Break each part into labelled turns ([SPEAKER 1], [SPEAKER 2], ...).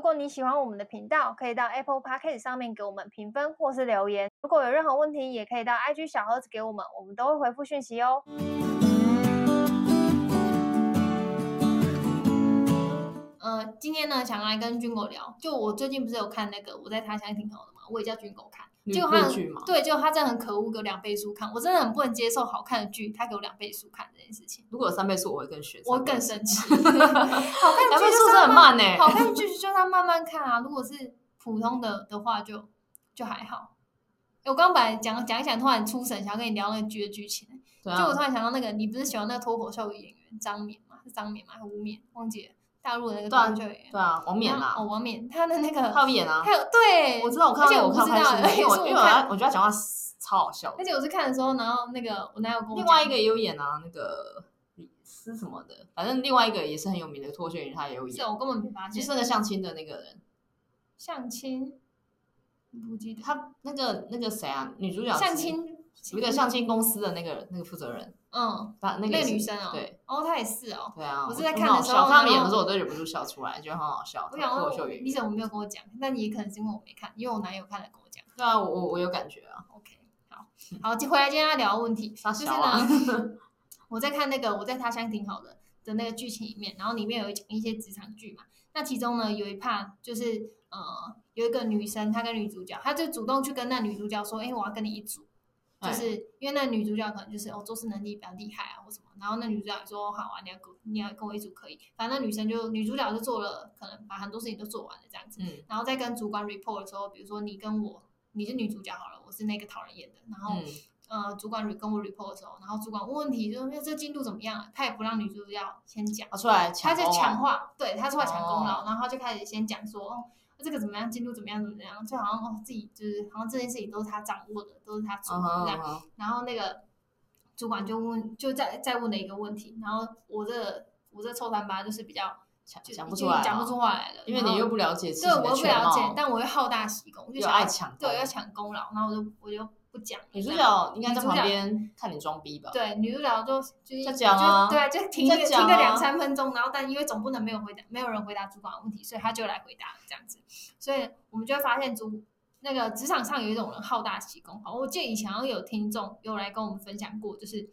[SPEAKER 1] 果你喜欢我们的频道，可以到 Apple Podcast 上面给我们评分或是留言。如果有任何问题，也可以到 IG 小盒子给我们，我们都会回复讯息哦。
[SPEAKER 2] 呃，今天呢，想来跟军狗聊，就我最近不是有看那个《我在他乡挺好的》嘛，我也叫军狗看，
[SPEAKER 3] 女
[SPEAKER 2] 结果
[SPEAKER 3] 部
[SPEAKER 2] 他
[SPEAKER 3] 剧嘛，
[SPEAKER 2] 对，结果他真的很可恶，给我两倍速看，我真的很不能接受好看的剧，他给我两倍速看这件事情，
[SPEAKER 3] 如果有三倍速，我会更学。
[SPEAKER 2] 我更生 气。好看的
[SPEAKER 3] 两
[SPEAKER 2] 剧
[SPEAKER 3] 倍
[SPEAKER 2] 就
[SPEAKER 3] 速
[SPEAKER 2] 是
[SPEAKER 3] 真的
[SPEAKER 2] 要
[SPEAKER 3] 很慢呢、
[SPEAKER 2] 好看剧就让慢慢看啊，如果是普通的的话就，就还好。诶我刚刚本来讲讲一讲，突然出神，想要跟你聊那个剧的剧情，
[SPEAKER 3] 对
[SPEAKER 2] 就我
[SPEAKER 3] 啊，
[SPEAKER 2] 突然想到那个，你不是喜欢那个脱口秀演员张勉吗？是张勉吗？还是吴勉？忘记了，大陆的那个
[SPEAKER 3] 对啊
[SPEAKER 1] 嗯
[SPEAKER 2] 脱口秀演员。
[SPEAKER 3] 对啊，王冕
[SPEAKER 2] 哦，
[SPEAKER 3] 啦，
[SPEAKER 2] 王冕，他的那个，
[SPEAKER 3] 他有演啊，
[SPEAKER 2] 还有对，
[SPEAKER 3] 我知道，我看
[SPEAKER 2] 而且
[SPEAKER 3] 到
[SPEAKER 2] 我
[SPEAKER 3] 我看
[SPEAKER 2] 不
[SPEAKER 3] 到
[SPEAKER 2] 知道
[SPEAKER 3] 他的
[SPEAKER 2] 而
[SPEAKER 3] 因
[SPEAKER 2] 且
[SPEAKER 3] 为我
[SPEAKER 2] 是我
[SPEAKER 3] 因为我
[SPEAKER 2] 看
[SPEAKER 3] 要我觉得他讲话超好笑
[SPEAKER 2] 而
[SPEAKER 3] 的。
[SPEAKER 2] 且我是看的时候，然后那个我男友跟我
[SPEAKER 3] 另外一个
[SPEAKER 2] 讲
[SPEAKER 3] 也有演啊，那个是什么的，反正另外一个也是很有名的脱口秀演员，他也有
[SPEAKER 2] 是哦
[SPEAKER 3] 演，
[SPEAKER 2] 我根本没发
[SPEAKER 3] 就
[SPEAKER 2] 现
[SPEAKER 3] 是那个相亲的那个人，
[SPEAKER 2] 相亲，不记得
[SPEAKER 3] 他那个那个谁啊，女主角
[SPEAKER 2] 相
[SPEAKER 3] 是
[SPEAKER 2] 亲
[SPEAKER 3] 有一个相亲公司的那个那个负责人，
[SPEAKER 2] 嗯，
[SPEAKER 3] 他那
[SPEAKER 2] 那
[SPEAKER 3] 个
[SPEAKER 2] 个
[SPEAKER 3] 也是
[SPEAKER 2] 女生哦，
[SPEAKER 3] 对，
[SPEAKER 2] 哦，她也是哦，
[SPEAKER 3] 对啊，
[SPEAKER 2] 我是在
[SPEAKER 3] 很
[SPEAKER 2] 看的
[SPEAKER 3] 好
[SPEAKER 2] 时
[SPEAKER 3] 笑
[SPEAKER 2] 候
[SPEAKER 3] 他
[SPEAKER 2] 然
[SPEAKER 3] 们演的
[SPEAKER 2] 后
[SPEAKER 3] 时候我都忍不住笑出来，觉得很好笑。
[SPEAKER 2] 我想
[SPEAKER 3] 脱
[SPEAKER 2] 说
[SPEAKER 3] 口秀演
[SPEAKER 2] 你
[SPEAKER 3] 员，
[SPEAKER 2] 怎么没有跟我讲？那你也可能是因为我没看，因为我男友看了跟 我讲。哦
[SPEAKER 3] 对啊，我我我有感觉啊，
[SPEAKER 2] OK，好，好，就回来今天要聊的问题，
[SPEAKER 3] 傻
[SPEAKER 2] 就是
[SPEAKER 3] 小啊
[SPEAKER 2] 呢， 我在看那个我在他乡挺好的的那个剧情里面，然后里面有讲一些职场剧嘛，那其中呢有一 part 就是呃有一个女生，她跟女主角，她就主动去跟那女主角说，哎、我要跟你一组。就
[SPEAKER 3] 哎
[SPEAKER 2] 是因为那女主角可能就是哦做事能力比较厉害啊或什么，然后那女主角也说好啊，你要跟你要跟我一组可以，反正那女生就女主角就做了，可能把很多事情都做完了这样子，
[SPEAKER 3] 嗯
[SPEAKER 2] 然后再跟主管 report 的时候，比如说你跟我，你是女主角好了，我是那个讨人厌的，然后、
[SPEAKER 3] 嗯，
[SPEAKER 2] 呃，主管 re- 跟我 report 的时候，然后主管问问题，就说那这进度怎么样啊？他也不让女主角先讲，
[SPEAKER 3] 他出来
[SPEAKER 2] 他在
[SPEAKER 3] 功啊
[SPEAKER 2] 抢话，对他出来抢功
[SPEAKER 3] 哦
[SPEAKER 2] 劳，然后他就开始先讲说，哦，这个怎么样，进度怎么样，怎么样，就好像哦自己就是好像这件事情都是他掌握的，都是他做
[SPEAKER 3] 嗯
[SPEAKER 2] 的
[SPEAKER 3] 哼
[SPEAKER 2] 这样
[SPEAKER 3] 嗯。哼
[SPEAKER 2] 然后那个主管就问，就再再问了一个问题，然后我这个我这臭三八就是比较
[SPEAKER 3] 讲
[SPEAKER 2] 就
[SPEAKER 3] 讲不
[SPEAKER 2] 已
[SPEAKER 3] 出
[SPEAKER 2] 经
[SPEAKER 3] 来啊，
[SPEAKER 2] 讲不出话来了，
[SPEAKER 3] 因为
[SPEAKER 2] 然
[SPEAKER 3] 你
[SPEAKER 2] 后
[SPEAKER 3] 又不了解事情
[SPEAKER 2] 对，我
[SPEAKER 3] 的
[SPEAKER 2] 又不
[SPEAKER 3] 全
[SPEAKER 2] 了解
[SPEAKER 3] 貌，，
[SPEAKER 2] 但我又好大喜功，
[SPEAKER 3] 又
[SPEAKER 2] 就想
[SPEAKER 3] 爱
[SPEAKER 2] 要
[SPEAKER 3] 抢功，
[SPEAKER 2] 对，要抢功劳，然后我就我就不讲了。
[SPEAKER 3] 女主
[SPEAKER 2] 这样
[SPEAKER 3] 角应该在
[SPEAKER 2] 女主角
[SPEAKER 3] 旁边看你装逼吧？
[SPEAKER 2] 对女主角就就是
[SPEAKER 3] 在讲啊
[SPEAKER 2] 就对啊，就停个
[SPEAKER 3] 在
[SPEAKER 2] 停
[SPEAKER 3] 讲啊
[SPEAKER 2] 个两三分钟，然后但因为总不能没有回答，没有人回答主管的问题，所以他就来回答了这样子，所以我们就会发现主那个职场上有一种人好大喜功，好，我记得以前好像有听众有来跟我们分享过，就是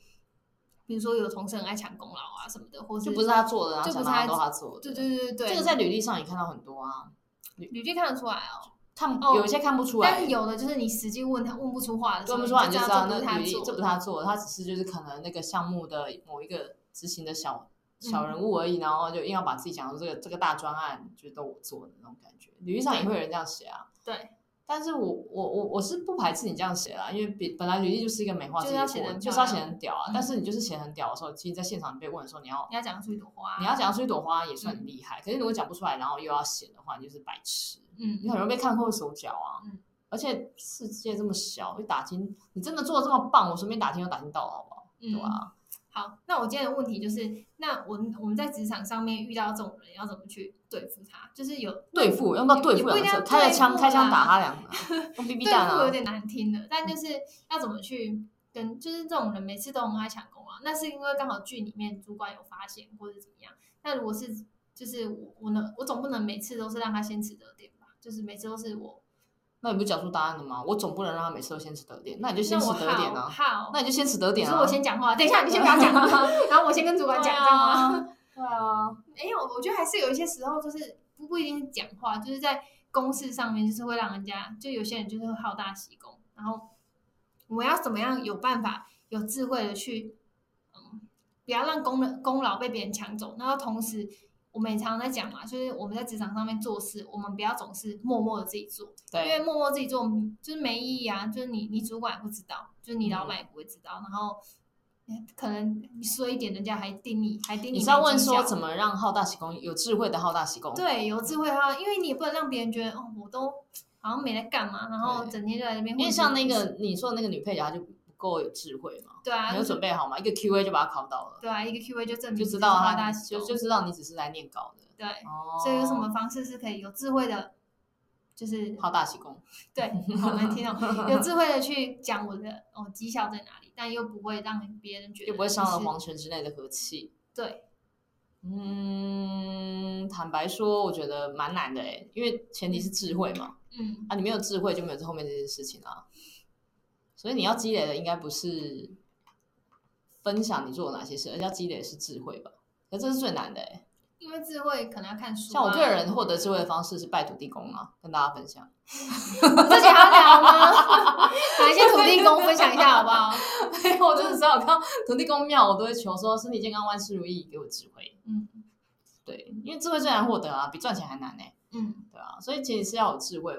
[SPEAKER 2] 比如说有同事很爱抢功劳啊什么的，或是
[SPEAKER 3] 就不是他做的啊，
[SPEAKER 2] 就不是
[SPEAKER 3] 想
[SPEAKER 2] 他
[SPEAKER 3] 到都他做的，
[SPEAKER 2] 对对对对对，
[SPEAKER 3] 这个在履历上也看到很多啊，
[SPEAKER 2] 履历看得出来哦，
[SPEAKER 3] 看
[SPEAKER 2] 哦
[SPEAKER 3] 有一些看不出来，
[SPEAKER 2] 但是有的就是你实际问他问不出话的时
[SPEAKER 3] 对
[SPEAKER 2] 候，
[SPEAKER 3] 不出来你就
[SPEAKER 2] 知
[SPEAKER 3] 知
[SPEAKER 2] 道
[SPEAKER 3] 道
[SPEAKER 2] 这不
[SPEAKER 3] 那
[SPEAKER 2] 是他
[SPEAKER 3] 履历
[SPEAKER 2] 做
[SPEAKER 3] 这
[SPEAKER 2] 的
[SPEAKER 3] 不是他做的，他只是就是可能那个项目的某一个执行的小小
[SPEAKER 2] 嗯
[SPEAKER 3] 人物而已，然后就硬要把自己讲成这个这个大专案就是都我做的那种感觉，履历上也会有人这样写啊。
[SPEAKER 2] 对，
[SPEAKER 3] 但是我我我我是不排斥你这样写啦，因为比本来履历就是一个美化自己的
[SPEAKER 2] 就是要写
[SPEAKER 3] 过
[SPEAKER 2] 得很
[SPEAKER 3] 程，就是要
[SPEAKER 2] 漂
[SPEAKER 3] 写
[SPEAKER 2] 亮
[SPEAKER 3] 很屌啊。
[SPEAKER 2] 嗯
[SPEAKER 3] 但是你就是写得很屌的时候，其实在现场你被问的时候，你要
[SPEAKER 2] 你要讲出一朵花，
[SPEAKER 3] 你要讲出一朵花也算
[SPEAKER 2] 嗯
[SPEAKER 3] 很厉害，可是如果讲不出来，然后又要写的话，你就是白痴。
[SPEAKER 2] 嗯
[SPEAKER 3] 你很容易被看破手脚啊。
[SPEAKER 2] 嗯
[SPEAKER 3] 而且世界这么小，就打听你真的做的这么棒，我随便打听就打听到了，好不好？
[SPEAKER 2] 嗯
[SPEAKER 3] 对啊，
[SPEAKER 2] 好，那我今天的问题就是，那我们我们在职场上面遇到这种人，要怎么去对付他？就是有
[SPEAKER 3] 对付用到对付两
[SPEAKER 2] 也
[SPEAKER 3] 个
[SPEAKER 2] 不一定要
[SPEAKER 3] 字，开了枪
[SPEAKER 2] 对付啊
[SPEAKER 3] 开枪打他两个，用 BB
[SPEAKER 2] 对
[SPEAKER 3] 弹
[SPEAKER 2] 付有
[SPEAKER 3] 啊。
[SPEAKER 2] 点难听的，但就是要怎么去跟，就是这种人每次都很爱抢功劳，啊那是因为刚好剧里面主管有发现或者怎么样。那如果是就是我我能我总不能每次都是让他先吃得点吧，就是每次都是我
[SPEAKER 3] 那你不是讲出答案了吗？我总不能让他每次都先吃得点，那你就先
[SPEAKER 2] 那
[SPEAKER 3] 吃
[SPEAKER 2] 我
[SPEAKER 3] 得点
[SPEAKER 2] 好
[SPEAKER 3] 啊，
[SPEAKER 2] 好，
[SPEAKER 3] 那你就先吃得
[SPEAKER 2] 你
[SPEAKER 3] 点啊。
[SPEAKER 2] 说我先讲话，等一下你先不要讲，然后我先跟主管讲，这样吗？
[SPEAKER 3] 对啊，
[SPEAKER 2] 没有，我觉得还是有一些时候，就是不不一定是讲话，就是在公事上面，就是会让人家，就有些人就是会好大喜功。然后我要怎么样有办法、有智慧的去，嗯，不要让功能功劳被别人抢走。然后同时，我们也常常在讲嘛，就是我们在职场上面做事，我们不要总是默默的自己做，因
[SPEAKER 3] 对
[SPEAKER 2] 为默默自己做就是没意义啊。就是你你主管也不知道，就是你老板也不会知道，然后。可能你说一点，人家还盯你，还盯
[SPEAKER 3] 你
[SPEAKER 2] 没
[SPEAKER 3] 是要问
[SPEAKER 2] 绩效
[SPEAKER 3] 说怎么让好大喜功有智慧的好大喜功？
[SPEAKER 2] 对，有智慧的话，因为你也不能让别人觉得哦，我都好像没在干嘛，然后
[SPEAKER 3] 对
[SPEAKER 2] 整天就在那边混吃。
[SPEAKER 3] 因为像那个你说的那个女配角，她就不够有智慧嘛，
[SPEAKER 2] 嗯对啊，
[SPEAKER 3] 没
[SPEAKER 2] 就
[SPEAKER 3] 有
[SPEAKER 2] 是
[SPEAKER 3] 准备好嘛，一个 Q A 就把她考到了，
[SPEAKER 2] 对啊，一个 Q A 就证明
[SPEAKER 3] 就
[SPEAKER 2] 你
[SPEAKER 3] 知道
[SPEAKER 2] 是好大
[SPEAKER 3] 她
[SPEAKER 2] 喜
[SPEAKER 3] 就
[SPEAKER 2] 功
[SPEAKER 3] 就知道你只是来念稿的。
[SPEAKER 2] 对，
[SPEAKER 3] 哦
[SPEAKER 2] 所以有什么方式是可以有智慧的，就是
[SPEAKER 3] 好大喜功？
[SPEAKER 2] 对，好难听哦，有智慧的去讲我的哦绩效在哪里，但又不会让别人觉得
[SPEAKER 3] 又不会伤
[SPEAKER 2] 就
[SPEAKER 3] 了
[SPEAKER 2] 是
[SPEAKER 3] 皇权之内的和气。
[SPEAKER 2] 对，
[SPEAKER 3] 嗯，坦白说，我觉得蛮难的哎，因为前提是智慧嘛，
[SPEAKER 2] 嗯，
[SPEAKER 3] 啊，你没有智慧就没有这后面这件事情啊。所以你要积累的应该不是分享你做了哪些事，而是要积累的是智慧吧。可这是最难的哎。
[SPEAKER 2] 因为智慧可能要看书、啊。
[SPEAKER 3] 像我个人获得智慧的方式是拜土地公啊，跟大家分享。
[SPEAKER 2] 自己要聊吗？ 哪一些土地公分享一下好不好？
[SPEAKER 3] 没有，我就是只要看到土地公庙，我都会求说身体健康、万事如意，给我智慧。
[SPEAKER 2] 嗯
[SPEAKER 3] 对，因为智慧最难获得啊，比赚钱还难呢、
[SPEAKER 2] 嗯
[SPEAKER 3] 对啊，所以其实是要有智慧。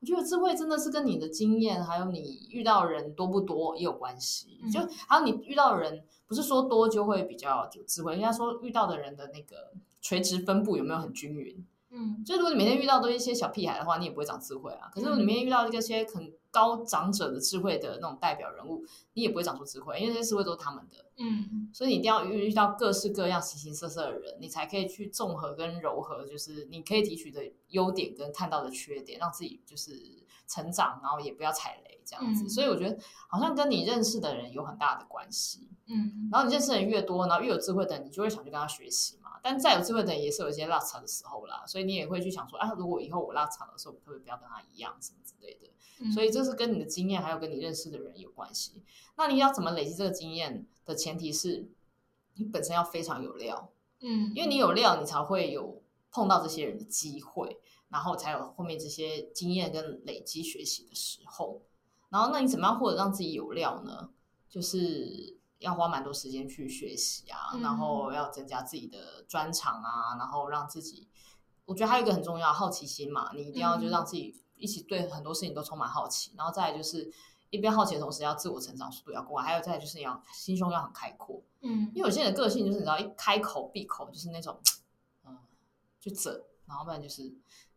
[SPEAKER 3] 我觉得智慧真的是跟你的经验，还有你遇到的人多不多也有关系。
[SPEAKER 2] 嗯
[SPEAKER 3] 就还有你遇到的人，不是说多就会比较有智慧，应该说遇到的人的那个垂直分布有没有很均匀。
[SPEAKER 2] 嗯
[SPEAKER 3] 就如果你每天遇到都是一些小屁孩的话，你也不会长智慧啊。可是如果你每天遇到一些很高长者的智慧的那种代表人物，你也不会长出智慧，因为这些智慧都是他们的。
[SPEAKER 2] 嗯
[SPEAKER 3] 所以你一定要遇遇到各式各样、形形色色的人，你才可以去综合跟柔合，就是你可以提取的优点跟看到的缺点，让自己就是成长，然后也不要踩雷这样子。
[SPEAKER 2] 嗯
[SPEAKER 3] 所以我觉得好像跟你认识的人有很大的关系。
[SPEAKER 2] 嗯
[SPEAKER 3] 然后你认识的人越多，然后越有智慧的人，你就会想去跟他学习嘛。但再有智慧的人也是有一些落差的时候啦，所以你也会去想说，啊，如果以后我落差的时候，我可不可以不要跟他一样，什么之类的。
[SPEAKER 2] 嗯，
[SPEAKER 3] 所以这是跟你的经验还有跟你认识的人有关系。那你要怎么累积这个经验的前提是，你本身要非常有料，
[SPEAKER 2] 嗯，
[SPEAKER 3] 因为你有料，你才会有碰到这些人的机会，然后才有后面这些经验跟累积学习的时候。然后，那你怎么样获得让自己有料呢？就是要花蛮多时间去学习啊，
[SPEAKER 2] 嗯
[SPEAKER 3] 然后要增加自己的专长啊，然后让自己，我觉得还有一个很重要，好奇心嘛，你一定要就
[SPEAKER 2] 嗯
[SPEAKER 3] 让自己一起对很多事情都充满好奇，然后再来就是一边好奇的同时，要自我成长速度要够快，还有再来就是你要心胸要很开阔，
[SPEAKER 2] 嗯
[SPEAKER 3] 因为有些人的个性就是你知道，一开口闭口就是那种，嗯，就这，然后不然就是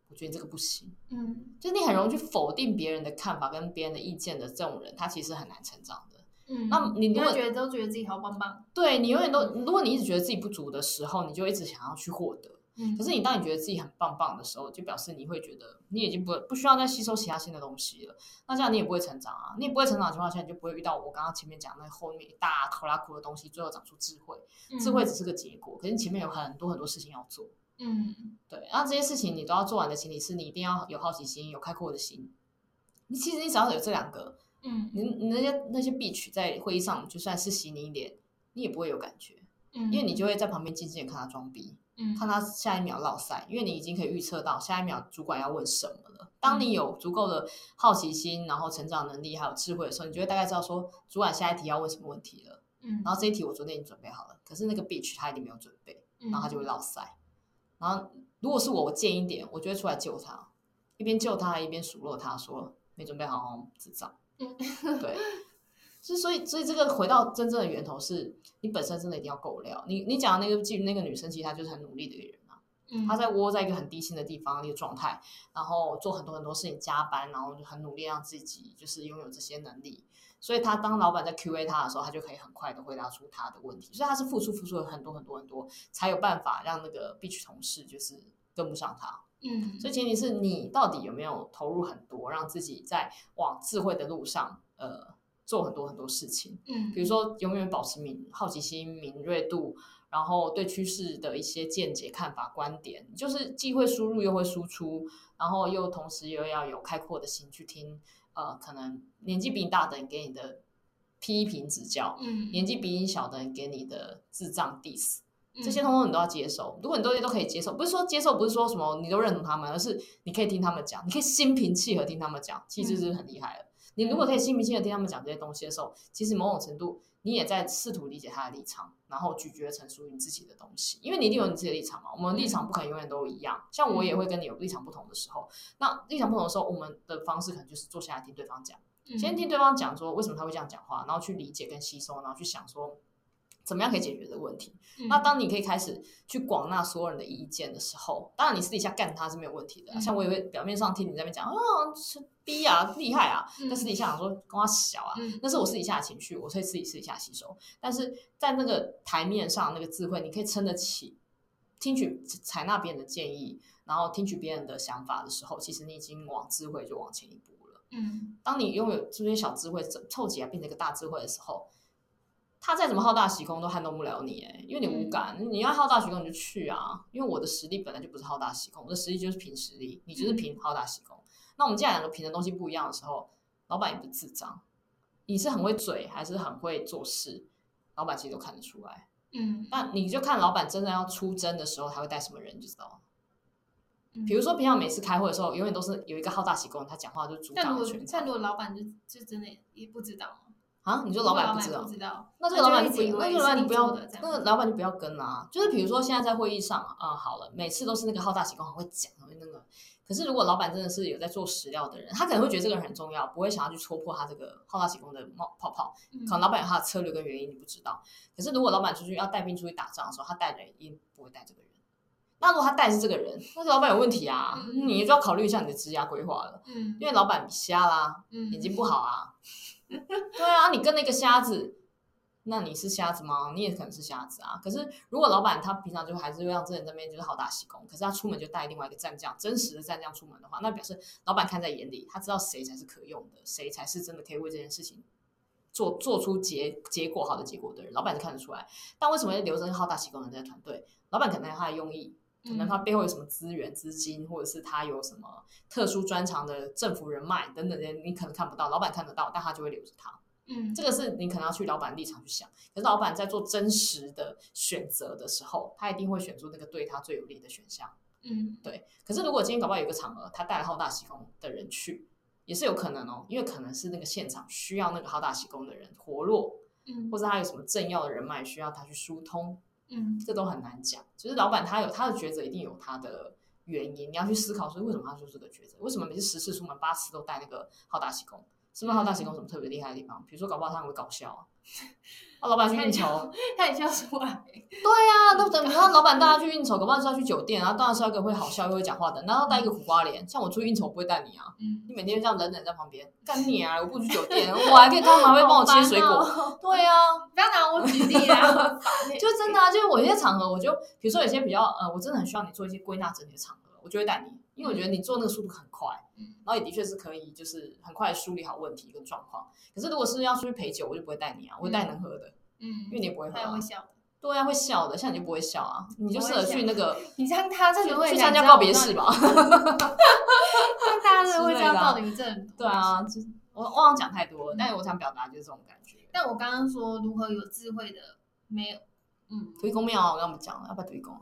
[SPEAKER 3] 我觉得你这个不行，
[SPEAKER 2] 嗯
[SPEAKER 3] 就是你很容易去否定别人的看法跟别人的意见的这种人，他其实很难成长的。
[SPEAKER 2] 嗯，
[SPEAKER 3] 那你如
[SPEAKER 2] 不
[SPEAKER 3] 果
[SPEAKER 2] 会觉得都觉得自己好棒棒，
[SPEAKER 3] 对你永远都，如果你一直觉得自己不足的时候，你就一直想要去获得。
[SPEAKER 2] 嗯，
[SPEAKER 3] 可是你当你觉得自己很棒棒的时候，就表示你会觉得你已经不不需要再吸收其他新的东西了。那这样你也不会成长啊，你也不会成长的情况下，你就不会遇到我刚刚前面讲那后面一大拖拉苦的东西，最后长出智慧。智慧只是个结果，可是你前面有很多很多事情要做。
[SPEAKER 2] 嗯，嗯
[SPEAKER 3] 对，那这些事情你都要做完的前提是你一定要有好奇心，有开阔的心。你其实你只要有这两个，
[SPEAKER 2] 嗯
[SPEAKER 3] 你你那些那些 bitch 在会议上就算是洗你一脸，你也不会有感觉，
[SPEAKER 2] 嗯，
[SPEAKER 3] 因为你就会在旁边静静的看他装逼，
[SPEAKER 2] 嗯
[SPEAKER 3] 看他下一秒落赛，因为你已经可以预测到下一秒主管要问什么了。当
[SPEAKER 2] 嗯
[SPEAKER 3] 你有足够的好奇心，然后成长能力还有智慧的时候，你就会大概知道说主管下一题要问什么问题了。
[SPEAKER 2] 嗯，
[SPEAKER 3] 然后这一题我昨天已经准备好了，可是那个 bitch 他一定没有准备，
[SPEAKER 2] 嗯
[SPEAKER 3] 然后他就会落塞。然后如果是我，我贱一点，我就会出来救他，一边救他一边数落他说没准备好哦，智障。
[SPEAKER 2] 嗯
[SPEAKER 3] 对，之所以所以这个回到真正的源头是，你本身真的一定要够料。你你讲的那个记那个女生，其实她就是很努力的一个人啊，
[SPEAKER 2] 嗯
[SPEAKER 3] 她在窝在一个很低薪的地方一个状态，然后做很多很多事情，加班，然后就很努力让自己就是拥有这些能力。所以他当老板在 Q A 他的时候，他就可以很快的回答出他的问题。所以他是付出付出了很多很多很多，才有办法让那个 B 区同事就是跟不上他。
[SPEAKER 2] 嗯，
[SPEAKER 3] 所以前提是你到底有没有投入很多，让自己在往智慧的路上，呃，做很多很多事情。
[SPEAKER 2] 嗯
[SPEAKER 3] 比如说永远保持敏好奇心、敏锐度，然后对趋势的一些见解、看法、观点，就是既会输入又会输出，然后又同时又要有开阔的心去听，呃，可能年纪比你大的人给你的批评指教，
[SPEAKER 2] 嗯
[SPEAKER 3] 年纪比你小的人给你的智障 diss，
[SPEAKER 2] 嗯
[SPEAKER 3] 这些通通你都要接受。如果你都都可以接受，不是说接受，不是说什么你都认同他们，而是你可以听他们讲，你可以心平气和听他们讲，其实就是很厉害了。你如果可以心平气和听他们讲这些东西的时候，其实某种程度你也在试图理解他的立场，然后咀嚼成属于你自己的东西，因为你一定有你自己的立场嘛。我们立场不可能永远都一样，像我也会跟你有立场不同的时候。那立场不同的时候，我们的方式可能就是坐下来听对方讲。
[SPEAKER 2] 嗯
[SPEAKER 3] 先听对方讲说为什么他会这样讲话，然后去理解跟吸收，然后去想说怎么样可以解决这个问题。
[SPEAKER 2] 嗯
[SPEAKER 3] 那当你可以开始去广纳所有人的意见的时候，当然你私底下干他是没有问题的啊。
[SPEAKER 2] 嗯
[SPEAKER 3] 像我也会表面上听你在那边讲啊，是逼啊，厉害啊，
[SPEAKER 2] 嗯
[SPEAKER 3] 但私底下想说跟他小啊，
[SPEAKER 2] 嗯
[SPEAKER 3] 那是我私底下的情绪，我会自己私底下吸收。但是在那个台面上，那个智慧，你可以撑得起，听取采纳别人的建议，然后听取别人的想法的时候，其实你已经往智慧就往前一步了。
[SPEAKER 2] 嗯
[SPEAKER 3] 当你拥有这些小智慧凑凑起来变成一个大智慧的时候，他再怎么好大喜功都撼动不了你，哎，因为你
[SPEAKER 2] 嗯
[SPEAKER 3] 无感。你要好大喜功你就去啊，因为我的实力本来就不是好大喜功，我的实力就是凭实力，你
[SPEAKER 2] 嗯
[SPEAKER 3] 就是凭好大喜功。那我们既然两个凭的东西不一样的时候，老板也不智障，你是很会嘴还是很会做事，老板其实都看得出来。
[SPEAKER 2] 嗯，
[SPEAKER 3] 那你就看老板真的要出征的时候，他会带什么人，你就知道了。
[SPEAKER 2] 嗯
[SPEAKER 3] 比如，说，平常每次开会的时候，永远都是有一个好大喜功，他讲话就主
[SPEAKER 2] 但如
[SPEAKER 3] 导
[SPEAKER 2] 果
[SPEAKER 3] 全
[SPEAKER 2] 但
[SPEAKER 3] 场
[SPEAKER 2] 如果老板就就真的也不知道吗，
[SPEAKER 3] 啊！你说
[SPEAKER 2] 就
[SPEAKER 3] 老
[SPEAKER 2] 板
[SPEAKER 3] 板不知道
[SPEAKER 2] 不，知道，
[SPEAKER 3] 那这个老板
[SPEAKER 2] 他
[SPEAKER 3] 就
[SPEAKER 2] 就
[SPEAKER 3] 不
[SPEAKER 2] 会一直
[SPEAKER 3] 要，
[SPEAKER 2] 以
[SPEAKER 3] 那这个老
[SPEAKER 2] 为
[SPEAKER 3] 板就不
[SPEAKER 2] 是
[SPEAKER 3] 要
[SPEAKER 2] 你做的这，样
[SPEAKER 3] 那个老板就不要跟啦、就是比如说现在在会议上啊、好了，每次都是那个好大喜功，很会讲，很会那个。可是如果老板真的是有在做实料的人，他可能会觉得这个人很重要，不会想要去戳破他这个好大喜功的冒泡泡。
[SPEAKER 2] 嗯
[SPEAKER 3] 可能老板有他的策略跟原因，你不知道。可是如果老板出去要带兵出去打仗的时候，他带人一定不会带这个人。那如果他带的是这个人，那老板有问题啊，
[SPEAKER 2] 嗯
[SPEAKER 3] 你就要考虑一下你的职涯规划了，
[SPEAKER 2] 嗯
[SPEAKER 3] 因为老板瞎啦，
[SPEAKER 2] 嗯
[SPEAKER 3] 眼睛不好 啊。对啊，你跟那个瞎子，那你是瞎子吗？你也可能是瞎子啊。可是如果老板他平常就还是会让这人这边就是好大喜功，可是他出门就带另外一个战将，真实的战将出门的话，那表示老板看在眼里，他知道谁才是可用的，谁才是真的可以为这件事情。做做出结结果好的结果的人，老板是看得出来。但为什么要留着好大喜功的人在团队？老板可能有他的用意，
[SPEAKER 2] 嗯
[SPEAKER 3] 可能他背后有什么资源、资金，或者是他有什么特殊专长的政府人脉等等这些，你可能看不到，老板看得到，但他就会留着他。
[SPEAKER 2] 嗯
[SPEAKER 3] 这个是你可能要去老板立场去想，可是老板在做真实的选择的时候，他一定会选出那个对他最有利的选项。
[SPEAKER 2] 嗯
[SPEAKER 3] 对，可是如果今天搞不好有一个场合，他带了好大喜功的人去，也是有可能哦，因为可能是那个现场需要那个好大喜功的人活络，
[SPEAKER 2] 嗯
[SPEAKER 3] 或者他有什么政要的人脉需要他去疏通，
[SPEAKER 2] 嗯
[SPEAKER 3] 这都很难讲。就是老板他有他的抉择，一定有他的原因，你要去思考说为什么他做这个抉择，为什么每次十次出门八次都带那个好大喜功，是不是好大喜功有什么特别厉害的地方？比如说搞不好他很会搞笑啊，啊，老板去应酬，
[SPEAKER 2] 他也笑出来，
[SPEAKER 3] 对啊，那等你看老板带他去应酬，搞不好是要去酒店，然后当然是要一个会好笑又会讲话的，然后带一个苦瓜脸，像我出去应酬不会带你啊。
[SPEAKER 2] 嗯
[SPEAKER 3] 你，每天这样冷冷在旁边，干你啊！我不去酒店，我还可以他们还会帮我切水
[SPEAKER 2] 好
[SPEAKER 3] 果。
[SPEAKER 2] 烦哦
[SPEAKER 3] 对啊，
[SPEAKER 2] 不要拿我举例啦，
[SPEAKER 3] 就真的啊，就是我有些场合，我就比如说有些比较呃，我真的很需要你做一些归纳整理的场合，我就会带你，因为我觉得你做那个速度很快，
[SPEAKER 2] 嗯
[SPEAKER 3] 然后也的确是可以就是很快地梳理好问题跟状况。可是如果是要出去陪酒，我就不会带你啊，我会带能喝的，
[SPEAKER 2] 嗯
[SPEAKER 3] 因为你也不会喝、
[SPEAKER 2] 他也
[SPEAKER 3] 啊
[SPEAKER 2] 会。笑，
[SPEAKER 3] 对啊，会笑的，像你就不会笑啊，你就适合去那 个
[SPEAKER 2] 你像他这
[SPEAKER 3] 去
[SPEAKER 2] 种会
[SPEAKER 3] 去
[SPEAKER 2] 这
[SPEAKER 3] 参
[SPEAKER 2] 样
[SPEAKER 3] 加
[SPEAKER 2] 你知道
[SPEAKER 3] 告别
[SPEAKER 2] 我
[SPEAKER 3] 式吧。
[SPEAKER 2] 像大家都会这
[SPEAKER 3] 之类
[SPEAKER 2] 样
[SPEAKER 3] 的啊
[SPEAKER 2] 到你这，
[SPEAKER 3] 对。啊，就是我我忘了讲太多了，但是
[SPEAKER 2] 嗯
[SPEAKER 3] 我想表达就是这种感觉。
[SPEAKER 2] 但我刚刚说如何有智慧的没有，嗯，
[SPEAKER 3] 推公庙啊，我刚不讲了，要不要推公？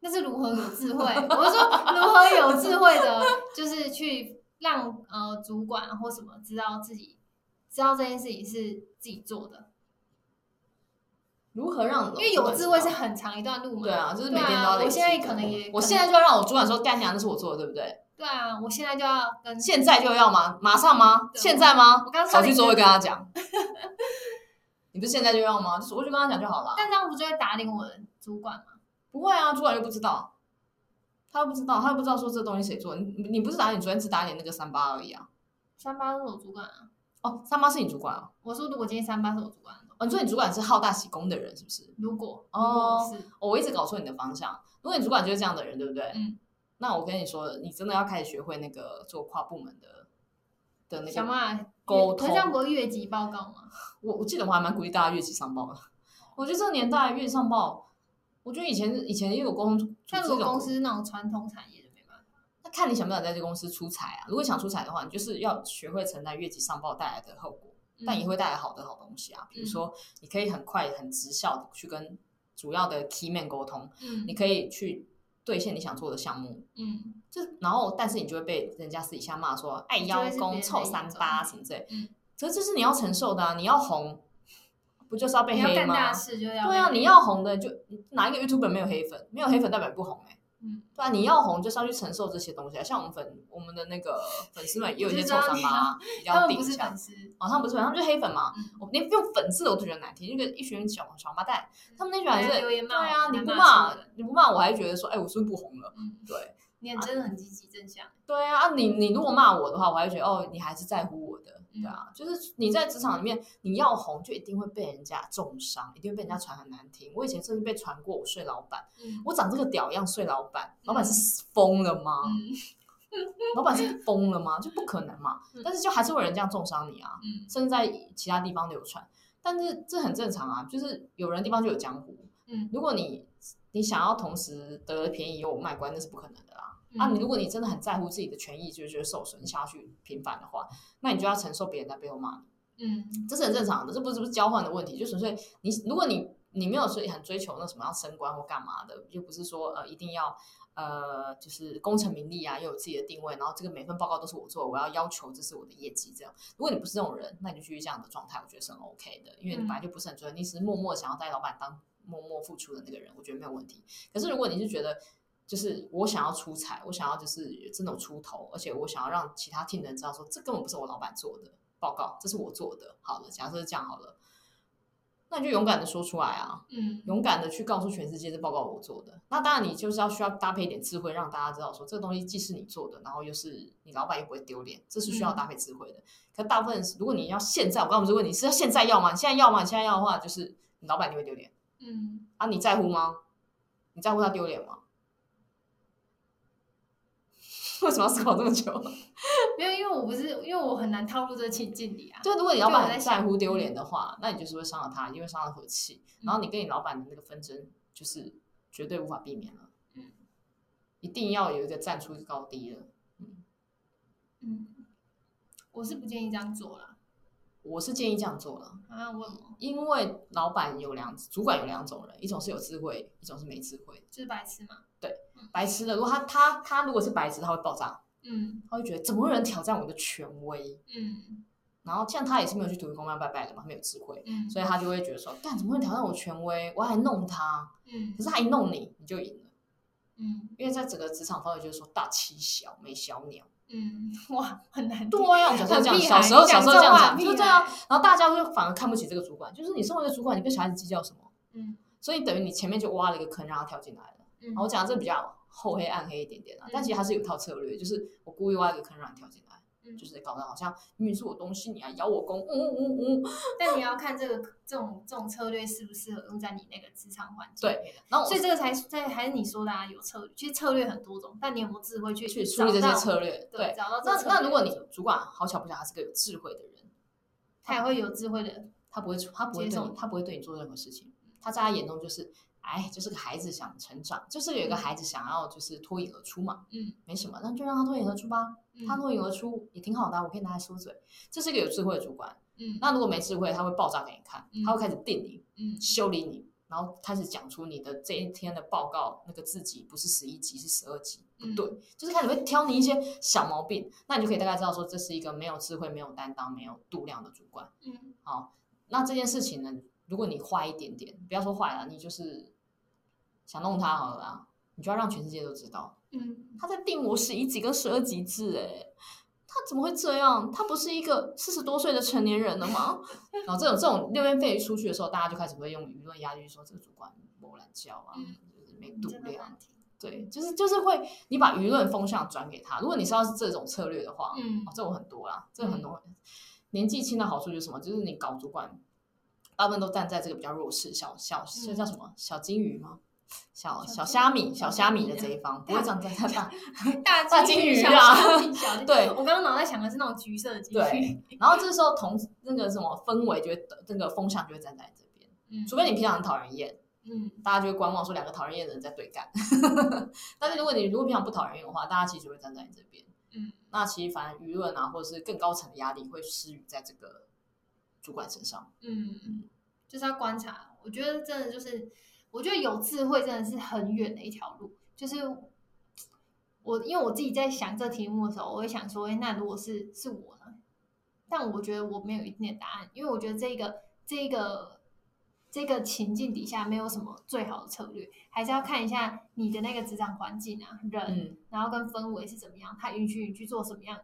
[SPEAKER 2] 那是如何有智慧？我 是说如何有智慧的，就是去让呃主管或什么知道自己知道这件事情是自己做的，
[SPEAKER 3] 如何让
[SPEAKER 2] 因为有智慧
[SPEAKER 3] 老板知
[SPEAKER 2] 是
[SPEAKER 3] 道
[SPEAKER 2] 很长一段路
[SPEAKER 3] 啊
[SPEAKER 2] 嘛。
[SPEAKER 3] 对啊，就是每
[SPEAKER 2] 对
[SPEAKER 3] 天都
[SPEAKER 2] 啊
[SPEAKER 3] 要累积的、
[SPEAKER 2] 我现在可能也
[SPEAKER 3] 我
[SPEAKER 2] 可
[SPEAKER 3] 现在就要让我主管说干娘，那是我做的，对不对？
[SPEAKER 2] 对啊，我现在就要跟
[SPEAKER 3] 现在就要吗？马上吗？
[SPEAKER 2] 对啊
[SPEAKER 3] 现在吗？
[SPEAKER 2] 我刚刚
[SPEAKER 3] 小
[SPEAKER 2] 差
[SPEAKER 3] 区
[SPEAKER 2] 点
[SPEAKER 3] 周会跟他讲，你不是现在就要吗？就是我就跟他讲就好了。啊
[SPEAKER 2] 但这样不就会打脸我的主管吗？
[SPEAKER 3] 不会啊，主管又不知道，他又不知道，他又不知道说这东西谁做。你你你不是打脸主任，只打脸那个三八而已啊。
[SPEAKER 2] 三八是我主管啊，
[SPEAKER 3] 哦，三八是你主管啊？
[SPEAKER 2] 我说如果今天三八是我主管，
[SPEAKER 3] 哦，你说你主管是好大喜功的人是不是？
[SPEAKER 2] 如果
[SPEAKER 3] 哦
[SPEAKER 2] 如果是
[SPEAKER 3] 哦，我一直搞错你的方向。如果你主管就是这样的人，对不对？
[SPEAKER 2] 嗯。
[SPEAKER 3] 那我跟你说，你真的要开始学会那个做跨部门的的那个
[SPEAKER 2] 小马
[SPEAKER 3] 沟
[SPEAKER 2] 可是这
[SPEAKER 3] 通嗯
[SPEAKER 2] 样不会越级报告吗？
[SPEAKER 3] 我我记得我还蛮鼓励大家越级上报的。我觉得这个年代越级上报，我觉得以前以前也有公组织
[SPEAKER 2] 像
[SPEAKER 3] 这
[SPEAKER 2] 如
[SPEAKER 3] 种
[SPEAKER 2] 果公，司那种传统产业的没办法，
[SPEAKER 3] 那看你想不想在这公司出彩啊。如果想出彩的话，你就是要学会承担越级上报带来的后果，
[SPEAKER 2] 嗯
[SPEAKER 3] 但也会带来好的好东西啊。比如说，你可以很快很直效的去跟主要的 key man 沟通，
[SPEAKER 2] 嗯
[SPEAKER 3] 你可以去兑现你想做的项目，
[SPEAKER 2] 嗯。
[SPEAKER 3] 就然后，但是你就会被人家私底下骂说“爱邀功、臭三八”什么之类。
[SPEAKER 2] 嗯
[SPEAKER 3] 可是这是你要承受的啊！你要红，不就是要
[SPEAKER 2] 你
[SPEAKER 3] 被
[SPEAKER 2] 要
[SPEAKER 3] 黑
[SPEAKER 2] 干大
[SPEAKER 3] 吗？
[SPEAKER 2] 事就要
[SPEAKER 3] 对啊，
[SPEAKER 2] 被
[SPEAKER 3] 你要红的就哪一个 YouTuber 没有黑粉？没有黑粉代表不红哎、
[SPEAKER 2] 嗯，
[SPEAKER 3] 对啊，你要红就是要去承受这些东西啊。像我们粉，我们的那 个粉丝们也有一些臭三八啊，比
[SPEAKER 2] 他
[SPEAKER 3] 较
[SPEAKER 2] 们
[SPEAKER 3] 顶
[SPEAKER 2] 不
[SPEAKER 3] 一
[SPEAKER 2] 是
[SPEAKER 3] 下
[SPEAKER 2] 粉。丝，
[SPEAKER 3] 哦，他们不是粉，他们就是黑粉嘛。
[SPEAKER 2] 嗯
[SPEAKER 3] 我连用粉字我都觉得难听，那个一群小小王八蛋，他们那群还是
[SPEAKER 2] 对啊留
[SPEAKER 3] 对
[SPEAKER 2] 言骂我
[SPEAKER 3] 啊，你
[SPEAKER 2] 还
[SPEAKER 3] 不
[SPEAKER 2] 骂
[SPEAKER 3] 骂
[SPEAKER 2] 什么的
[SPEAKER 3] 你不骂我还觉得说，哎、我是不是不红了？
[SPEAKER 2] 嗯，
[SPEAKER 3] 对。
[SPEAKER 2] 你很真的很积极正向，
[SPEAKER 3] 对啊，啊你你如果骂我的话，我还会觉得哦，你还是在乎我的，
[SPEAKER 2] 嗯
[SPEAKER 3] 对啊，就是你在职场里面，你要红就一定会被人家重伤，一定会被人家传很难听。我以前甚至被传过我睡老板，
[SPEAKER 2] 嗯
[SPEAKER 3] 我长这个屌样睡老板，老板是疯了吗？
[SPEAKER 2] 嗯，
[SPEAKER 3] 老板是疯了吗？就不可能嘛
[SPEAKER 2] 嗯。
[SPEAKER 3] 但是就还是会有人这样重伤你啊，
[SPEAKER 2] 嗯
[SPEAKER 3] 甚至在其他地方流传。但是这很正常啊，就是有人地方就有江湖。
[SPEAKER 2] 嗯
[SPEAKER 3] 如果你你想要同时得便宜又卖乖，那是不可能的啦。
[SPEAKER 2] 嗯
[SPEAKER 3] 啊，你如果你真的很在乎自己的权益，就是觉得受损，你想要去平反的话，那你就要承受别人在背后骂你，
[SPEAKER 2] 嗯
[SPEAKER 3] 这是很正常的，这不是不是交换的问题，就纯粹你如果你你没有追很追求那什么要升官或干嘛的，又不是说呃一定要呃就是功成名利啊，又有自己的定位，然后这个每份报告都是我做，我要要求这是我的业绩这样。如果你不是这种人，那你就继续这样的状态，我觉得是很 OK 的，因为你本来就不是很追，你只是默默想要带老板当默默付出的那个人，我觉得没有问题。可是如果你是觉得，就是我想要出彩，我想要就是真的有出头，而且我想要让其他 team 的人知道说，这根本不是我老板做的报告，这是我做的。好了，假设是这样好了，那你就勇敢的说出来啊，
[SPEAKER 2] 嗯
[SPEAKER 3] 勇敢的去告诉全世界这报告我做的。那当然，你就是要需要搭配一点智慧，让大家知道说，这个东西既是你做的，然后又是你老板又不会丢脸，这是需要
[SPEAKER 2] 嗯
[SPEAKER 3] 搭配智慧的。可大部分如果你要现在，我刚刚不是问你是要现在要吗？你现在要吗？你现在要的话，就是你老板你会丢脸。
[SPEAKER 2] 嗯
[SPEAKER 3] 啊，你在乎吗？你在乎他丢脸吗？ 为什么要思考这么久？
[SPEAKER 2] 没有，因为我不是因为我很难套入这个情境里啊。
[SPEAKER 3] 就如果你老
[SPEAKER 2] 就我
[SPEAKER 3] 板
[SPEAKER 2] 在
[SPEAKER 3] 很
[SPEAKER 2] 想嗯
[SPEAKER 3] 在乎丢脸的话，那你就是会伤了他，因为伤了和气，然后你跟你老板的那个纷争就是绝对无法避免了。
[SPEAKER 2] 嗯，
[SPEAKER 3] 一定要有一个站出一个高低了。嗯，
[SPEAKER 2] 嗯，我是不建议这样做啦。
[SPEAKER 3] 我是建议这样做了，
[SPEAKER 2] 啊，我有
[SPEAKER 3] 因为老板有两，主管有两种人，一种是有智慧，一种是没智慧的。
[SPEAKER 2] 就是白痴嘛。
[SPEAKER 3] 白痴的，如果他他他如果是白痴，他会爆炸，
[SPEAKER 2] 嗯
[SPEAKER 3] 他会觉得怎么会有人挑战我的权威？
[SPEAKER 2] 嗯
[SPEAKER 3] 然后像他也是没有去土地公庙拜拜的嘛，他没有智慧，
[SPEAKER 2] 嗯
[SPEAKER 3] 所以他就会觉得说，干怎么会挑战我权威？我还弄他，
[SPEAKER 2] 嗯
[SPEAKER 3] 可是他一弄你，你就赢了，
[SPEAKER 2] 嗯
[SPEAKER 3] 因为在整个职场氛围就是说大欺小，没小鸟。
[SPEAKER 2] 嗯，哇，很难。
[SPEAKER 3] 对啊，我小时候这样，小时候小时候这样讲，就这啊样。然后大家就反而看不起这个主管，就是你身为一个主管，你跟小孩子计较什么？
[SPEAKER 2] 嗯
[SPEAKER 3] 所以等于你前面就挖了一个坑，让他跳进来了。
[SPEAKER 2] 嗯，
[SPEAKER 3] 好我讲的这比较厚黑暗黑一点点啊，但其实它是有一套策略，就是我故意挖一个坑让你跳进来，
[SPEAKER 2] 嗯
[SPEAKER 3] 就是搞得好像明明是我东西，你还咬我弓，嗯嗯嗯嗯。
[SPEAKER 2] 但你要看这个这种这种策略适不适合用在你那个职场环境。
[SPEAKER 3] 对，然后我
[SPEAKER 2] 所以这个才在还是你说的啊，有策略，其实策略很多种，但你有没有智慧去
[SPEAKER 3] 去处
[SPEAKER 2] 找
[SPEAKER 3] 理这些
[SPEAKER 2] 到
[SPEAKER 3] 策略。
[SPEAKER 2] 对，
[SPEAKER 3] 对，
[SPEAKER 2] 找到这
[SPEAKER 3] 那
[SPEAKER 2] 个策略
[SPEAKER 3] 那如果你主管好巧不巧，他是个有智慧的人，
[SPEAKER 2] 他也会有智慧的，
[SPEAKER 3] 他不会出，他不会
[SPEAKER 2] 接
[SPEAKER 3] 对
[SPEAKER 2] 受
[SPEAKER 3] 你，
[SPEAKER 2] 你
[SPEAKER 3] 他不会对你做任何事情。他在他眼中就是，哎，就是个孩子想成长，就是有一个孩子想要就是脱颖而出嘛，
[SPEAKER 2] 嗯，
[SPEAKER 3] 没什么，那就让他脱颖而出吧。他
[SPEAKER 2] 嗯
[SPEAKER 3] 脱颖而出也挺好的啊、我可以拿来说嘴。这是一个有智慧的主管。
[SPEAKER 2] 嗯
[SPEAKER 3] 那如果没智慧，他会爆炸给你看
[SPEAKER 2] 嗯，
[SPEAKER 3] 他会开始定你、
[SPEAKER 2] 嗯
[SPEAKER 3] 修理你，然后开始讲出你的这一天的报告那个字级不是十一级是十二级，
[SPEAKER 2] 嗯
[SPEAKER 3] 对，就是开始会挑你一些小毛病，那你就可以大概知道说这是一个没有智慧、没有担当、没有度量的主管。
[SPEAKER 2] 嗯
[SPEAKER 3] 好，那这件事情呢，如果你坏一点点，不要说坏了，你就是想弄他好了啦，你就要让全世界都知道
[SPEAKER 2] 嗯
[SPEAKER 3] 他在定我十一级跟十二级制、欸，他怎么会这样？他不是一个四十多岁的成年人了吗？ 然后这种这种流言蜚语出去的时候，大家就开始会用舆论压力去说这个主管没懒教啊，
[SPEAKER 2] 嗯
[SPEAKER 3] 就是没
[SPEAKER 2] 嗯，
[SPEAKER 3] 度
[SPEAKER 2] 真的
[SPEAKER 3] 量啊
[SPEAKER 2] 难听，
[SPEAKER 3] 对，就是就是会，你把舆论风向转给他。如果你是要是这种策略的话，
[SPEAKER 2] 嗯
[SPEAKER 3] 哦，这种很多啦，这种很多。年纪轻的好处就是什么？就是你搞主管，大部分都站在这个比较弱势，小小这叫什么？小金鱼吗？小
[SPEAKER 2] 嗯小
[SPEAKER 3] 小
[SPEAKER 2] 金
[SPEAKER 3] 虾
[SPEAKER 2] 鱼
[SPEAKER 3] 米、小
[SPEAKER 2] 小
[SPEAKER 3] 虾
[SPEAKER 2] 金
[SPEAKER 3] 米
[SPEAKER 2] 鱼
[SPEAKER 3] 的
[SPEAKER 2] 啊
[SPEAKER 3] 这一 方，不会站在大大。
[SPEAKER 2] 大
[SPEAKER 3] 嗯大
[SPEAKER 2] 金
[SPEAKER 3] 金鱼
[SPEAKER 2] 小
[SPEAKER 3] 啊
[SPEAKER 2] 金鱼小金 鱼
[SPEAKER 3] 对
[SPEAKER 2] 我刚刚脑袋想的是那种橘色的金鱼
[SPEAKER 3] 对，然后这时候同那个什么氛围就会，那个风向就会站在你这边。
[SPEAKER 2] 嗯
[SPEAKER 3] 除非你平常很讨人厌，
[SPEAKER 2] 嗯
[SPEAKER 3] 大家就会观望说两个讨人厌的人在对干。 但是如果你如果平常不讨人厌的话，大家其实就会站在你这边。
[SPEAKER 2] 嗯
[SPEAKER 3] 那其实反而舆论啊，或者是更高层的压力会施予在这个主管身上。
[SPEAKER 2] 嗯，就是要观察。我觉得真的就是，我觉得有智慧真的是很远的一条路。就是我因为我自己在想这题目的时候，我会想说，诶那如果是是我呢？但我觉得我没有一定的答案，因为我觉得这个这个这个情境底下没有什么最好的策略，还是要看一下你的那个职场环境啊，人，
[SPEAKER 3] 嗯，
[SPEAKER 2] 然后跟氛围是怎么样，他允许你去做什么样，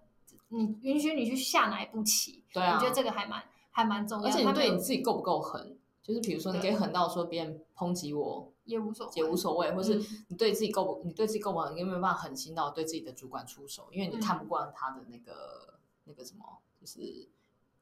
[SPEAKER 2] 你允许你去下哪一步棋，
[SPEAKER 3] 对啊
[SPEAKER 2] 我觉得这个还蛮还蛮重要，
[SPEAKER 3] 而且你
[SPEAKER 2] 他没
[SPEAKER 3] 对
[SPEAKER 2] 有
[SPEAKER 3] 你自己够不够狠，就是比如说你可以狠到说别人抨击我
[SPEAKER 2] 也无所谓，
[SPEAKER 3] 也无所谓，或是
[SPEAKER 2] 嗯
[SPEAKER 3] 你对自己够不，你对自己够不好，你有没有办法狠心到对自己的主管出手？因为你
[SPEAKER 2] 嗯
[SPEAKER 3] 看不惯他的那个、那个什么，就是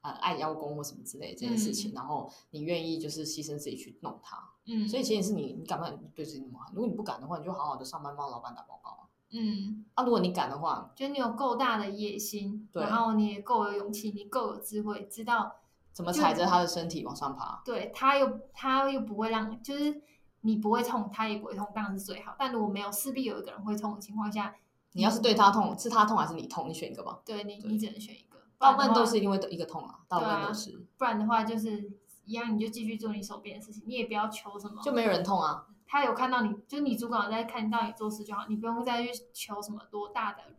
[SPEAKER 3] 呃爱邀功或什么之类的这件事情，
[SPEAKER 2] 嗯
[SPEAKER 3] 然后你愿意就是牺牲自己去弄他。
[SPEAKER 2] 嗯，
[SPEAKER 3] 所以前提是你你敢不敢对自己那么狠？如果你不敢的话，你就好好的上班帮老板打报告啊。
[SPEAKER 2] 嗯，
[SPEAKER 3] 啊，如果你敢的话，
[SPEAKER 2] 觉得你有够大的野心，
[SPEAKER 3] 对
[SPEAKER 2] 然后你也够有勇气，你够有智慧，知道
[SPEAKER 3] 怎么
[SPEAKER 2] 就
[SPEAKER 3] 踩着他的身体往上爬？
[SPEAKER 2] 对他又他又不会让，就是你不会痛，他也不会痛，当然是最好。但如果没有，势必有一个人会痛的情况下，
[SPEAKER 3] 你要是
[SPEAKER 2] 嗯
[SPEAKER 3] 对他痛，是他痛还是你痛？你选一个吧。
[SPEAKER 2] 对你
[SPEAKER 3] 对
[SPEAKER 2] 你只能选一个，不
[SPEAKER 3] 大
[SPEAKER 2] 然
[SPEAKER 3] 部
[SPEAKER 2] 的
[SPEAKER 3] 分都
[SPEAKER 2] 话
[SPEAKER 3] 是一定会一个痛啊，大部
[SPEAKER 2] 对
[SPEAKER 3] 分
[SPEAKER 2] 啊
[SPEAKER 3] 都是，
[SPEAKER 2] 不然的话就是一样，你就继续做你手边的事情，你也不要求什么。
[SPEAKER 3] 就没有人痛啊。
[SPEAKER 2] 他有看到你，就是你主管有在看到你做事就好，你不用再去求什么多大的人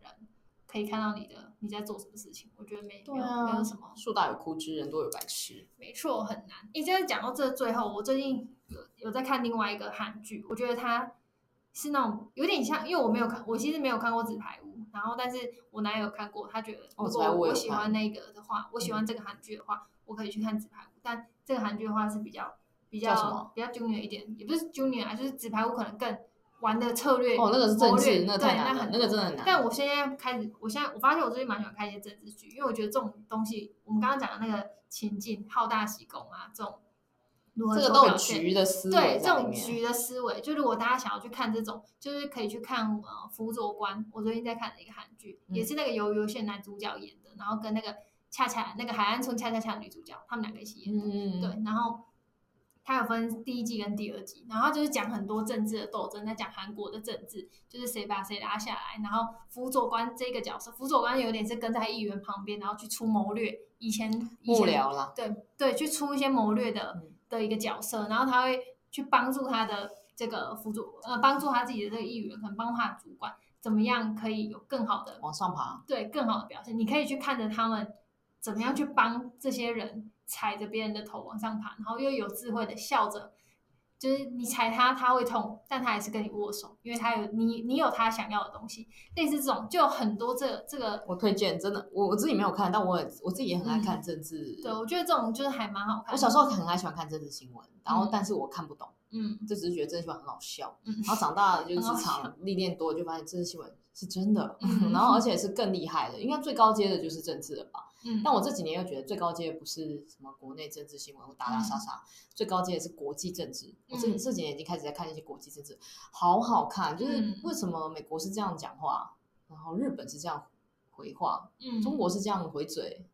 [SPEAKER 2] 可以看到你的你在做什么事情。我觉得没、没
[SPEAKER 3] 啊
[SPEAKER 2] 有没有什么，
[SPEAKER 3] 树大有枯枝，人多有白痴。
[SPEAKER 2] 没错，很难。你真的讲到这最后，我最近有有在看另外一个韩剧，我觉得它是那种有点像，因为我没有看，我其实没有看过《纸牌屋》，然后但是我男友有看过，他觉得
[SPEAKER 3] 哦
[SPEAKER 2] 如
[SPEAKER 3] 纸
[SPEAKER 2] 果
[SPEAKER 3] 牌屋我有
[SPEAKER 2] 喜
[SPEAKER 3] 看嗯
[SPEAKER 2] 欢那个的话，我喜欢这个韩剧的话，我可以去看《纸牌屋》，但这个韩剧的话是比较比
[SPEAKER 3] 叫什
[SPEAKER 2] 较
[SPEAKER 3] 么
[SPEAKER 2] 比较 junior 一点，也不是 junior 啊，就是《纸牌屋》可能更玩的策略
[SPEAKER 3] 哦，那个是政
[SPEAKER 2] 谋略
[SPEAKER 3] 治，那个太
[SPEAKER 2] 对
[SPEAKER 3] 难
[SPEAKER 2] 那
[SPEAKER 3] 了，
[SPEAKER 2] 很
[SPEAKER 3] 那个真的很难。
[SPEAKER 2] 但我现在开始，我现在我发现我最近蛮喜欢看一些政治剧，因为我觉得这种东西，我们刚刚讲的那个情境，好大喜功啊，这种如何
[SPEAKER 3] 这个
[SPEAKER 2] 做
[SPEAKER 3] 都有
[SPEAKER 2] 表现
[SPEAKER 3] 局的思
[SPEAKER 2] 对
[SPEAKER 3] 维
[SPEAKER 2] 这
[SPEAKER 3] 在里
[SPEAKER 2] 种
[SPEAKER 3] 面。
[SPEAKER 2] 局的思维，就如果大家想要去看这种，就是可以去看呃《辅佐官》，我最近在看的一个韩剧，也
[SPEAKER 3] 嗯
[SPEAKER 2] 是那个由由宪男主角演的，然后跟那个恰恰那个海岸村恰恰恰的女主角，他们两个一起演的，
[SPEAKER 3] 嗯，
[SPEAKER 2] 对，然后。它有分第一季跟第二季，然后它就是讲很多政治的斗争，在讲韩国的政治，就是谁把谁拉下来。然后辅佐官这个角色，辅佐官有点是跟在议员旁边，然后去出谋略。以前以
[SPEAKER 3] 幕
[SPEAKER 2] 前
[SPEAKER 3] 僚啦，
[SPEAKER 2] 对对，去出一些谋略的
[SPEAKER 3] 嗯
[SPEAKER 2] 的一个角色，然后他会去帮助他的这个辅助，呃，帮助他自己的这个议员，可能帮助他的主管，怎么样可以有更好的
[SPEAKER 3] 往上爬。
[SPEAKER 2] 对更好的表现。你可以去看着他们怎么样去帮这些人踩着别人的头往上爬，然后又有智慧的笑着。就是你踩他，他会痛，但他还是跟你握手，因为他有你，你有他想要的东西。类似这种，就有很多这这个，
[SPEAKER 3] 我推荐，真的，我我自己没有看，但我也我自己也很爱看政治。
[SPEAKER 2] 嗯对我觉得这种就是还蛮好看的。
[SPEAKER 3] 我小时候很爱喜欢看政治新闻，然后
[SPEAKER 2] 嗯
[SPEAKER 3] 但是我看不懂，
[SPEAKER 2] 嗯
[SPEAKER 3] 就只是觉得政治新闻很好笑。
[SPEAKER 2] 嗯
[SPEAKER 3] 然后长大了就
[SPEAKER 2] 很好
[SPEAKER 3] 职场历练多，就发现政治新闻是真的，
[SPEAKER 2] 嗯
[SPEAKER 3] 然后而且是更厉害的，应该最高阶的就是政治了吧。
[SPEAKER 2] 嗯，
[SPEAKER 3] 但我这几年又觉得最高阶不是什么国内政治新闻或打打杀杀，最高阶的是国际政治。我这
[SPEAKER 2] 嗯
[SPEAKER 3] 这几年已经开始在看一些国际政治，好好看。就是
[SPEAKER 2] 嗯
[SPEAKER 3] 为什么美国是这样讲话，然后日本是这样回话，
[SPEAKER 2] 嗯
[SPEAKER 3] 中国是这样回嘴，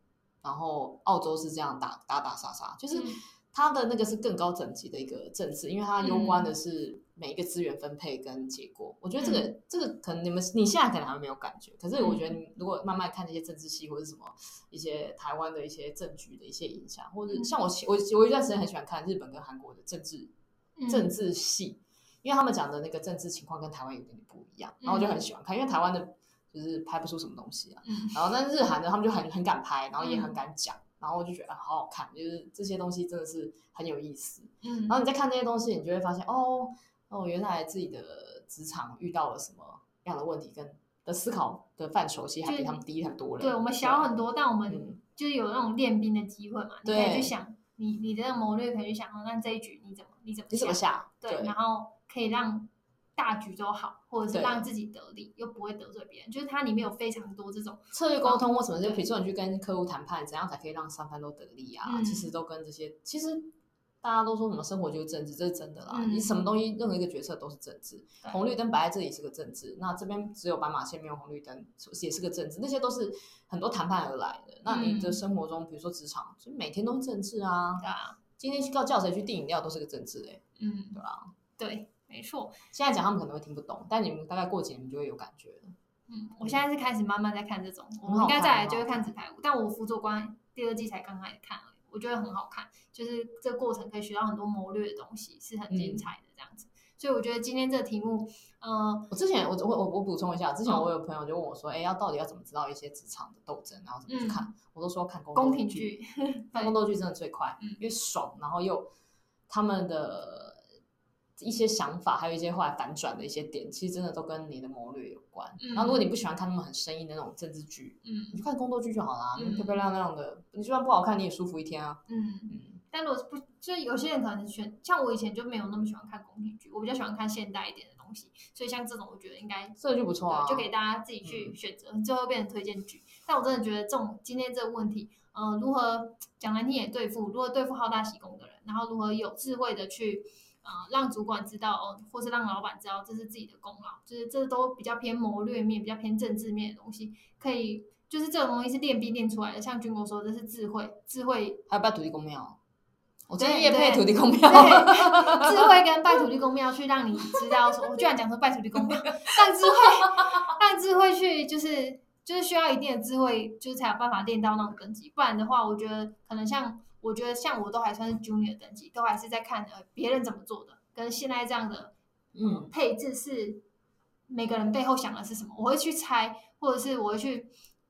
[SPEAKER 3] 然后澳洲是这样打打打杀杀，就是
[SPEAKER 2] 嗯
[SPEAKER 3] 它的那个是更高等级的一个政治，因为它攸
[SPEAKER 2] 嗯
[SPEAKER 3] 关的是每一个资源分配跟结果。我觉得这个、
[SPEAKER 2] 嗯
[SPEAKER 3] 这个可能你们你现在可能还没有感觉，可是我觉得你如果慢慢看那些政治戏或者什么一些台湾的一些政局的一些影响，或者
[SPEAKER 2] 嗯
[SPEAKER 3] 像我喜我我有一段时间很喜欢看日本跟韩国的政治政
[SPEAKER 2] 嗯
[SPEAKER 3] 治系，因为他们讲的那个政治情况跟台湾有点点不一样，然后我就很喜欢看，因为台湾的就是拍不出什么东西啊。
[SPEAKER 2] 嗯
[SPEAKER 3] 然后但是日韩呢，他们就很很敢拍，然后也很敢讲，然后我就觉得、啊、好好看，就是这些东西真的是很有意思。
[SPEAKER 2] 嗯，
[SPEAKER 3] 然后你再看这些东西，你就会发现哦哦，原来自己的职场遇到了什么样的问题，跟的思考的范畴其实还
[SPEAKER 2] 就
[SPEAKER 3] 比他们低很多了。啊
[SPEAKER 2] 对我们小很
[SPEAKER 3] 多。
[SPEAKER 2] 多，但我们
[SPEAKER 3] 嗯
[SPEAKER 2] 就是有那种练兵的机会嘛，你可以
[SPEAKER 3] 对
[SPEAKER 2] 去想你你的谋略，可以去想哦，那这一局你怎么你怎么
[SPEAKER 3] 你怎么
[SPEAKER 2] 想？
[SPEAKER 3] 下？
[SPEAKER 2] 对，然后可以让大局都好，或者是
[SPEAKER 3] 对
[SPEAKER 2] 让自己得利，又不会得罪别人。就是它里面有非常多这种，
[SPEAKER 3] 策略沟通或什么，就
[SPEAKER 2] 对
[SPEAKER 3] 比如说你去跟客户谈判，怎样才可以让三方都得利啊？
[SPEAKER 2] 嗯
[SPEAKER 3] 其实都跟这些，其实大家都说什么生活就是政治，这是真的啦。
[SPEAKER 2] 嗯
[SPEAKER 3] 你什么东西，任何一个决策都是政治。
[SPEAKER 2] 对
[SPEAKER 3] 红绿灯摆在这里是个政治，那这边只有斑马线没有红绿灯，也是个政治。那些都是很多谈判而来的。那你的
[SPEAKER 2] 嗯
[SPEAKER 3] 生活中，比如说职场，就每天都是政治啊。
[SPEAKER 2] 对啊，
[SPEAKER 3] 今天叫叫谁去订饮料都是个政治哎、
[SPEAKER 2] 嗯，
[SPEAKER 3] 对啊。
[SPEAKER 2] 对，没错，
[SPEAKER 3] 现在讲他们可能会听不懂，但你们大概过几年你就会有感觉了。
[SPEAKER 2] 嗯，我现在是开始慢慢在看这种，我
[SPEAKER 3] 很
[SPEAKER 2] 们
[SPEAKER 3] 好
[SPEAKER 2] 应该
[SPEAKER 3] 看
[SPEAKER 2] 再来
[SPEAKER 3] 很
[SPEAKER 2] 就
[SPEAKER 3] 好
[SPEAKER 2] 会看纸牌屋，但我辅佐官第二季才刚开始看而已，我觉得很好看，就是这过程可以学到很多谋略的东西，是很精
[SPEAKER 3] 嗯
[SPEAKER 2] 彩的这样子。所以我觉得今天这个题目，嗯、
[SPEAKER 3] 我之前我我我我补充一下，之前
[SPEAKER 2] 嗯
[SPEAKER 3] 我有朋友就问我说，哎、要到底要怎么知道一些职场的斗争，然后怎么去看？我都说看宫
[SPEAKER 2] 嗯宫
[SPEAKER 3] 斗
[SPEAKER 2] 廷
[SPEAKER 3] 剧，
[SPEAKER 2] 剧，
[SPEAKER 3] 看宫斗剧真的最快，
[SPEAKER 2] 嗯
[SPEAKER 3] 因为爽，然后又他们的一些想法，还有一些后来反转的一些点，其实真的都跟你的谋略有关。
[SPEAKER 2] 嗯
[SPEAKER 3] 然后如果你不喜欢看那么很生硬的那种政治剧，你
[SPEAKER 2] 嗯
[SPEAKER 3] 就看宫斗剧就好啦，
[SPEAKER 2] 嗯
[SPEAKER 3] 漂漂亮亮的，你就算不好看你也舒服一天啊。
[SPEAKER 2] 嗯。
[SPEAKER 3] 嗯，
[SPEAKER 2] 但如果是不，就有些人可能选，像我以前就没有那么喜欢看宫廷剧，我比较喜欢看现代一点的东西，所以像这种我觉得应该
[SPEAKER 3] 这个就不错啊，
[SPEAKER 2] 对，就给大家自己去
[SPEAKER 3] 嗯
[SPEAKER 2] 选择，最后变成推荐剧。但我真的觉得这种今天这个问题，呃嗯、如何讲难听也对付，如何对付好大喜功的人，然后如何有智慧的去呃让主管知道哦，或是让老板知道这是自己的功劳，就是这都比较偏谋略面、比较偏政治面的东西，可以就是这种东西是练兵练出来的。像军国说，这是智慧，智慧
[SPEAKER 3] 还有拜土地公庙，我最近
[SPEAKER 2] 对
[SPEAKER 3] 夜配
[SPEAKER 2] 对
[SPEAKER 3] 土地公
[SPEAKER 2] 对，
[SPEAKER 3] 庙，
[SPEAKER 2] 智慧跟拜土地公庙去让你知道说，我 居然讲说拜土地公庙，让智慧让智慧去就是就是需要一定的智慧，就是才有办法练到那种等级，不然的话，我觉得可能像我觉得像我都还算是 junior 等级，都还是在看呃别人怎么做的，跟现在这样的
[SPEAKER 3] 嗯，
[SPEAKER 2] 配置是每个人背后想的是什么，我会去猜，或者是我会去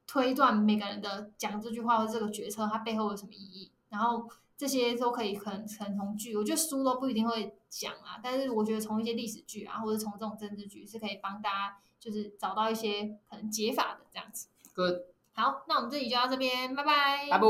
[SPEAKER 2] 推断每个人的讲这句话或者这个决策它背后有什么意义，然后这些都可以很很从剧，我觉得书都不一定会讲啊，但是我觉得从一些历史剧啊，或者从这种政治剧是可以帮大家就是找到一些可能解法的这样子。
[SPEAKER 3] Good
[SPEAKER 2] 好，那我们这里就到这边，拜拜，
[SPEAKER 3] 拜拜。